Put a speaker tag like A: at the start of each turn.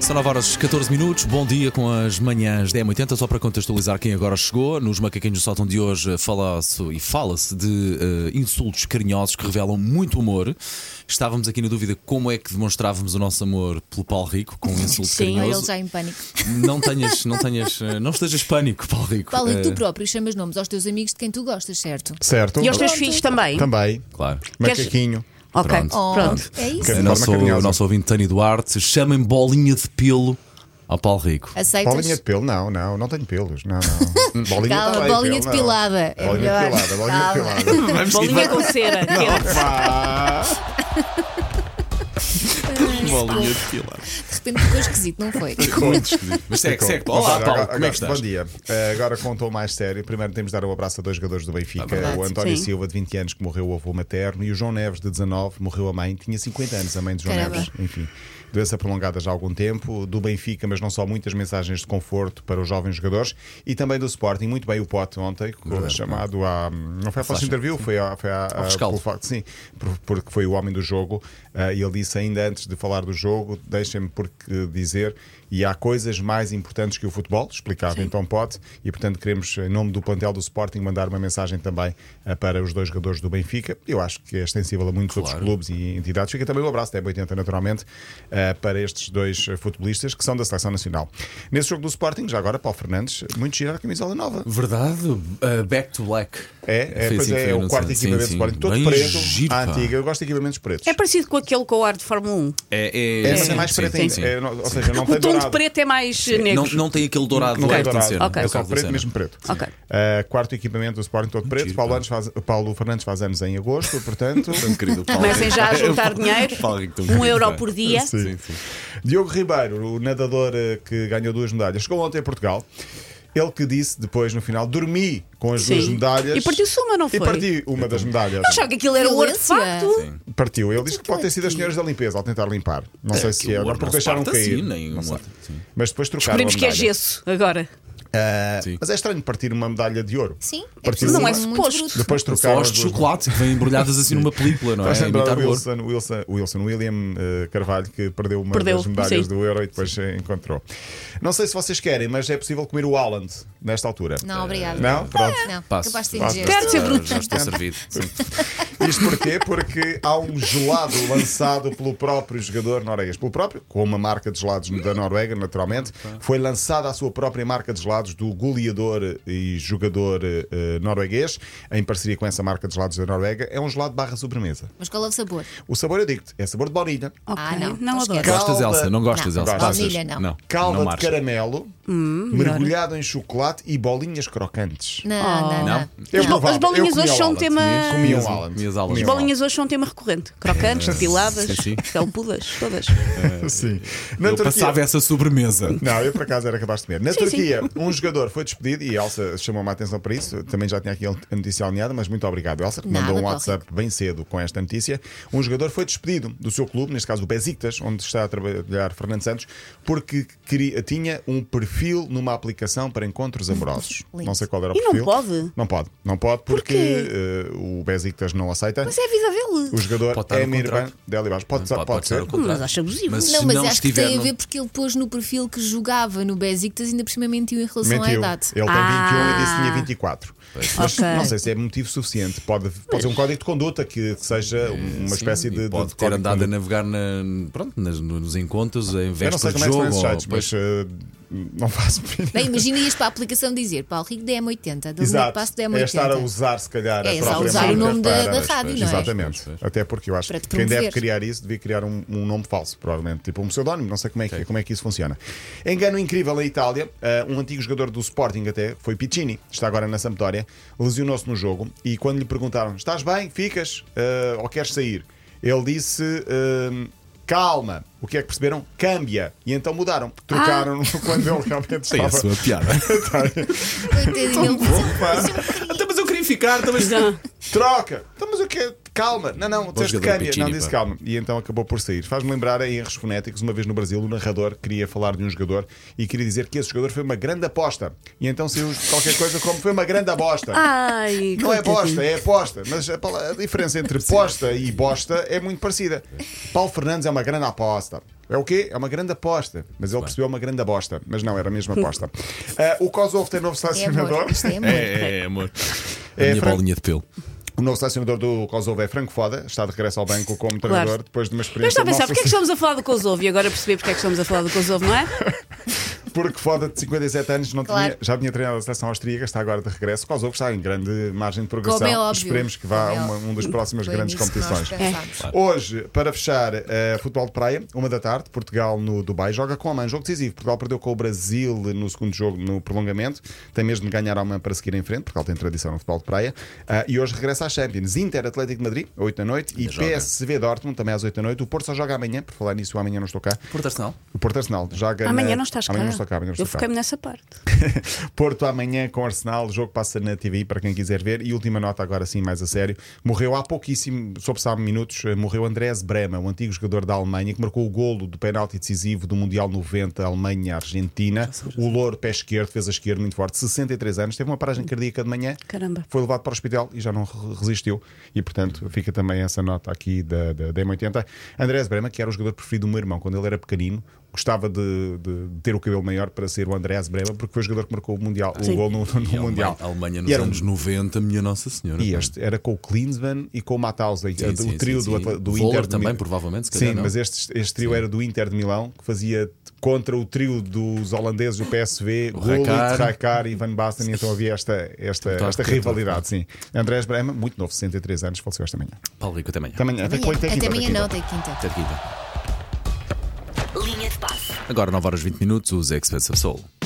A: São 9 horas 14 minutos, bom dia com as manhãs 10h80, só para contextualizar quem agora chegou, nos Macaquinhos do Sótão de hoje fala-se e fala-se de eh, insultos carinhosos que revelam muito humor. Estávamos aqui na dúvida como é que demonstrávamos o nosso amor pelo Paulo Rico com um insulto
B: Sim, olha ele
A: carinhoso.
B: já é em pânico.
A: Não tenhas, não tenhas, eh, não estejas pânico, Paulo Rico.
B: Paulo, e
A: Eh,
B: tu próprio chamas nomes aos teus amigos de quem tu gostas, certo?
C: Certo.
D: E aos teus filhos também?
C: Também.
A: Eh, Claro.
D: Queres-
C: Macaquinho.
D: Ok,
A: Pronto.
B: Oh,
D: pronto.
B: É isso.
C: Ok.
A: O
C: Forma
A: nosso,
C: carinhosa.
A: o nosso ouvinte Tânia Duarte, chamem bolinha de pelo ao Paulo Rico.
B: Aceitas?
C: Bolinha de pelo, não, não, não tenho pelos. Não, não. Bolinha
B: Calma,
C: também,
B: bolinha
C: pelo, não.
B: depilada. É
C: bolinha
B: melhor.
C: depilada, bolinha
B: Calma.
C: depilada.
D: Bolinha com cera.
C: Pá.
A: bolinha de pelo.
B: De repente ficou esquisito, não foi?
C: Muito esquisito.
A: Mas segue,
C: Ficou.
A: segue. Olá,
C: Agora-
A: Paulo,
C: agora-
A: como é que estás?
C: Bom dia. Eh, agora com um tom mais sério. Primeiro temos de dar um abraço a dois jogadores do Benfica:
D: verdade,
C: o António
D: sim.
C: Silva, de 20 anos, que morreu o avô materno, e o João Neves, de 19, morreu a mãe. Tinha 50 anos, a mãe de João
B: Caramba.
C: Neves. Enfim, doença prolongada já há algum tempo. Do Benfica, mas não só, muitas mensagens de conforto para os jovens jogadores e também do Sporting. Muito bem o Pote ontem, com- chamado a. Não foi a flash interview, foi a. Foi a, a
A: rescaldo.
C: pelo facto, sim, por- porque foi o homem do jogo eh, e ele disse ainda antes de falar do jogo, deixem-me porque dizer, e há coisas mais importantes que o futebol, explicava então pode, e portanto queremos, em nome do plantel do Sporting, mandar uma mensagem também eh, para os dois jogadores do Benfica. Eu acho que é extensível a muitos outros clubes e entidades. Fica também o abraço da EB80, naturalmente, eh, para estes dois eh, futebolistas que são da Seleção Nacional. Nesse jogo do Sporting, já agora, Paulo Fernandes, muito girar a camisola nova.
A: Verdade, uh, back to black.
C: É, é,
A: Foi
C: pois
A: assim que
C: é,
A: foi
C: é o
A: anunciado.
C: quarto
A: Sim,
C: equipamento
A: sim.
C: de Sporting, todo
A: Bem
C: preto,
A: giro,
C: à
A: pá.
C: antiga. Eu gosto de equipamentos pretos.
D: É parecido com aquele com o ar de Fórmula 1.
A: É, é,
C: É, mas
A: sim,
C: é mais
A: sim,
C: preto
A: sim,
C: ainda.
A: sim. Um
C: É, não- ou seja, não
D: O
C: tem
D: tom de
C: dourado.
D: preto é mais negro.
A: Não, não tem aquele dourado
C: Não
A: lá
C: tem
A: que
C: dourado.
A: tem de ser,
D: Ok.
A: é o
C: É só
A: caso da
C: preto,
A: cena.
C: mesmo preto.
D: Ok.
C: Uh, quarto equipamento do Sporting todo preto.
A: giro,
C: Paulo,
A: pá.
C: Anos faz- Paulo Fernandes faz anos em agosto, portanto.
A: Querido Paulo.
D: Comecem já a juntar dinheiro.
A: Paulo Rico, tão
D: Um
A: querido,
D: euro
A: pá.
D: por dia.
A: Sim, sim.
C: Diogo Ribeiro, o nadador eh, que ganhou duas medalhas, chegou ontem a Portugal. Ele que disse depois, no final, dormi com as
D: Sim.
C: duas medalhhas.
D: E partiu-se uma, não
C: E
D: foi?
C: parti uma das medalhas.
D: Achava que aquilo era um
B: Violência.
D: artefacto.
C: Partiu. Ele disse que
D: então
B: aquilo
C: pode ter sido as
B: aqui.
C: senhoras da limpeza ao tentar limpar. Não sei se
A: que
C: é.
A: o ouro
C: Agora porque
A: não se
C: deixaram
A: parte
C: cair.
A: assim, nem
C: não
A: um
C: sei.
A: outro, sim.
C: Mas depois trocaram.
D: Esperemos
C: a
D: que é
C: medalha.
D: gesso agora.
C: Ah,
A: Sim.
C: mas é estranho partir uma medalha de ouro.
B: Sim, é
C: Partir
B: preciso
C: uma-
D: Não é
B: ser muito
D: suposto.
B: bruto.
C: Depois
A: Só
C: trocaram
A: os
C: as
A: de
C: duas-
A: chocolate que vêm embrulhadas assim numa película, não é?
C: Faz lembrar
A: Imitar
C: o
A: o ouro.
C: Wilson, Wilson, Wilson William eh, Carvalho, que perdeu uma
D: Perdeu,
C: das medalhas
D: sim.
C: do Euro e depois eh, encontrou. Não sei se vocês querem, mas é possível comer o Haaland nesta altura.
B: Não, obrigado.
C: Não? Pronto.
B: Não,
A: Passo.
B: capaz de
C: Passo.
B: ser
D: Perde ser
A: Ah,
D: bruto.
A: Já estou servido. Sim.
C: Isto porquê? Porque há um gelado lançado pelo próprio jogador norueguês. Pelo próprio, com uma marca de gelados da Noruega, naturalmente. Foi lançada a sua própria marca de gelados do goleador e jogador eh, eh, norueguês, em parceria com essa marca de gelados da Noruega. É um gelado barra sobremesa.
B: Mas qual é o sabor?
C: O sabor, eu digo-te, é sabor de baunilha.
D: Ok,
B: Ah, não.
D: não
B: Esquece.
D: adoro.
A: Gostas,
C: Calda.
A: Elsa? Não gostas,
B: Não,
A: Elsa?
C: gosto.
A: Passas?
B: Baunilha, não.
C: Calda de
A: marches.
C: caramelo,
D: Hum,
C: mergulhado em chocolate e bolinhas crocantes.
B: Não, não, não.
A: Não?
C: Oh. Eu
D: As
C: provava,
D: bo- as bolinhas
C: eu comia
D: hoje são
C: Holland.
D: tema-
C: Comia um
A: Minhas-
C: Holland.
A: minhas aulas.
D: As
C: Comia um
D: bolinhas hoje são um tema recorrente. Crocantes, depiladas,
A: sim, sim.
D: felpudas, todas.
C: Holland. Sim. Na
A: Eu
C: Turquia-
A: passava essa sobremesa.
C: Não, eu por acaso era capaz de comer. Na
D: Sim,
C: Turquia, um jogador foi despedido e a Elsa chamou-me a atenção para isso. Também já tinha aqui a notícia alinhada, mas muito obrigado, Elsa, que
B: Nada,
C: mandou um
B: Paulo
C: WhatsApp bem cedo com esta notícia. Um jogador foi despedido do seu clube, neste caso o Besiktas, onde está a trabalhar Fernando Santos, porque queria- tinha um perfil numa aplicação para encontros amorosos.
B: Lindo.
C: Não sei qual era o
D: E não
C: perfil.
D: pode?
C: Não pode. Não pode porque
D: quê?
C: eh, o Besiktas não aceita.
D: Mas é a vida dele.
C: O jogador é
A: Pode estar no
C: Emir Ban
A: contrato.
C: Delibas. Pode,
A: Pode-
C: pode,
A: pode estar
C: ser. Hum,
A: no contrato.
D: Mas acho abusivo.
A: se
B: Não, mas
A: não
B: acho que
A: estiver
B: tem a
A: no-
B: ver porque ele pôs no perfil que jogava no Besiktas e ainda por cima mentiu em relação à
C: Mentiu.
B: idade.
C: Ele
D: é
C: tem 21
D: Ah.
C: e disse que tinha 24. Mas
D: Ok.
C: não sei se é motivo suficiente. Pode, pode ser um código de conduta que seja uma
A: Sim,
C: espécie de,
A: e
C: de-
A: Pode
C: de
A: ter
C: código de
A: andado a
C: conduta.
A: navegar na- pronto, nas- nos encontros, em
C: Eu não sei
A: vésperas de
C: como é que
A: jogo.
C: são esses
A: ou-
C: sites, mas eh, não faço
B: Bem,
C: opinião.
B: imagina ias para a aplicação dizer Paulo Rico DM80, do
C: Exato.
B: um passo
C: É
B: DM80.
C: estar a usar, se calhar,
B: É,
C: a
B: só
C: própria
B: usar o
C: marca
B: nome da-
C: para-
B: da rádio, não é?
C: Exatamente.
A: Pois, pois.
C: Até porque eu acho
B: Para
C: que
B: te
C: quem deve
B: promover.
C: criar isso devia criar um, um nome falso, provavelmente. Tipo um pseudónimo, não sei como é que, como é que isso funciona. Engano incrível na Itália. eh, um antigo jogador do Sporting até, foi Piccini, está agora na Sampdoria, lesionou-se no jogo e quando lhe perguntaram: estás bem? Ficas? Eh, ou queres sair? Ele disse. ehm, Calma, o que é que perceberam? Cambia. E então mudaram. Trocaram
B: Ah.
C: quando ele realmente
A: Tem é a
C: estava.
A: sua piada.
B: Coitadinho, ele
C: Opa. Ah, tá,
A: Então, mas eu queria ficar, também.
D: Não.
C: Troca! Então, mas o que é? Calma, não, não, disseste
A: jogador,
C: câmbia, não
A: Piccini,
C: disse
A: pá.
C: calma. E então acabou por sair. Faz-me lembrar em erros fonéticos, uma vez no Brasil, o narrador queria falar de um jogador e queria dizer que esse jogador foi uma grande aposta. E então saiu qualquer coisa como foi uma grande aposta.
D: Ah, Ai,
C: Não é
D: coitadinho.
C: bosta, é aposta. Mas a, pala- a diferença entre posta e bosta é muito parecida. Paulo Fernandes é uma grande aposta. É o quê? É uma grande aposta. Mas ele percebeu uma grande aposta. Mas não, era a mesma aposta. Ah, o Kosovo tem novo
B: É amor.
C: selecionador.
B: Isto é amor.
A: É, é, amor. A
C: É,
A: minha
C: Fran-
A: bolinha de pelo.
C: O novo selecionador do Kosovo é Franco Foda. Está de regresso ao banco como treinador
D: Claro.
C: depois de uma
D: Mas
C: experiência.
D: está a pensar,
C: mal
D: porque é que estamos a falar do Kosovo? E agora percebi porque é que estamos a falar do Kosovo, não é?
C: Porque Foda de 57 anos não
B: Claro.
C: tinha, já tinha treinado a seleção austríaca, está agora de regresso. O Kosovo está em grande margem de progressão.
B: Como é óbvio.
C: Esperemos que vá a
B: Como é
C: uma,
B: óbvio.
C: uma das próximas
B: Foi
C: grandes
B: nisso que nós
C: competições. É.
B: pensámos.
C: Hoje, para fechar, eh, futebol de praia, uma da tarde, Portugal no Dubai joga com a Oman, jogo decisivo. Portugal perdeu com o Brasil no segundo jogo, no prolongamento. Tem mesmo de ganhar a Oman para seguir em frente. Portugal tem tradição no futebol de praia. Ah, e hoje regressa à Champions. Inter Atlético de Madrid, 8 da noite, e
A: joga.
C: PSV Dortmund também às 8 da noite. O Porto só joga amanhã, por falar nisso, eu amanhã não estou cá.
A: Porto Arsenal.
C: O Porto Arsenal joga.
D: Amanhã
C: na-
D: não estás cá.
C: né? amanhã Não estou cá amanhã não
D: Eu
C: estou cá.
D: fiquei-me nessa parte.
C: Porto amanhã com Arsenal, o jogo passa na TVI para quem quiser ver. E última nota, agora sim, mais a sério. Morreu há pouquíssimo, soube se há minutos, eh, morreu Andrés Brema, o antigo jogador da Alemanha, que marcou o golo do penalti decisivo do Mundial 90, Alemanha-Argentina. O louro, pé esquerdo, fez a esquerda muito forte, 63 anos, teve uma paragem cardíaca de manhã.
D: Caramba.
C: Foi levado para o hospital e já não re- resistiu. E, portanto, fica também essa nota aqui da, da, da M80. Andrés Brema, que era o jogador preferido do meu irmão quando ele era pequenino, gostava de, de ter o cabelo maior para ser o Andrés Brema, porque foi o jogador que marcou o Mundial, o
D: Sim.
C: gol no, no
A: E a
C: Mundial.
A: Alemanha, a Alemanha nos
C: E era um-
A: anos 90, minha Nossa Senhora.
C: E este era com o Klinsmann e com o Mauthausen,
A: Uhum. Sim, sim,
C: o trio
A: sim,
C: do,
A: sim.
C: Atla- do
A: Voller
C: Inter. de
A: também,
C: Mil-
A: provavelmente, se calhar
C: Sim,
A: não.
C: mas este, este trio era do Inter de Milão, que fazia t- contra o trio dos holandeses do PSV, Gullit,
A: Rijkaard.
C: Rijkaard e Van Basten, e então havia esta, esta,
A: Então,
C: esta
A: acho que-
C: rivalidade, sim. Andrés Brema, muito novo, 63 anos, faleceu esta manhã.
A: Paulo Rico, até amanhã.
C: Amanhã, até, quando?
B: é- Até
C: quinta,
B: amanhã
C: quinta.
B: não, até quinta.
A: Até quinta.
E: Linha de passe.
A: Agora 9 horas 20 minutos, os Expensive Soul.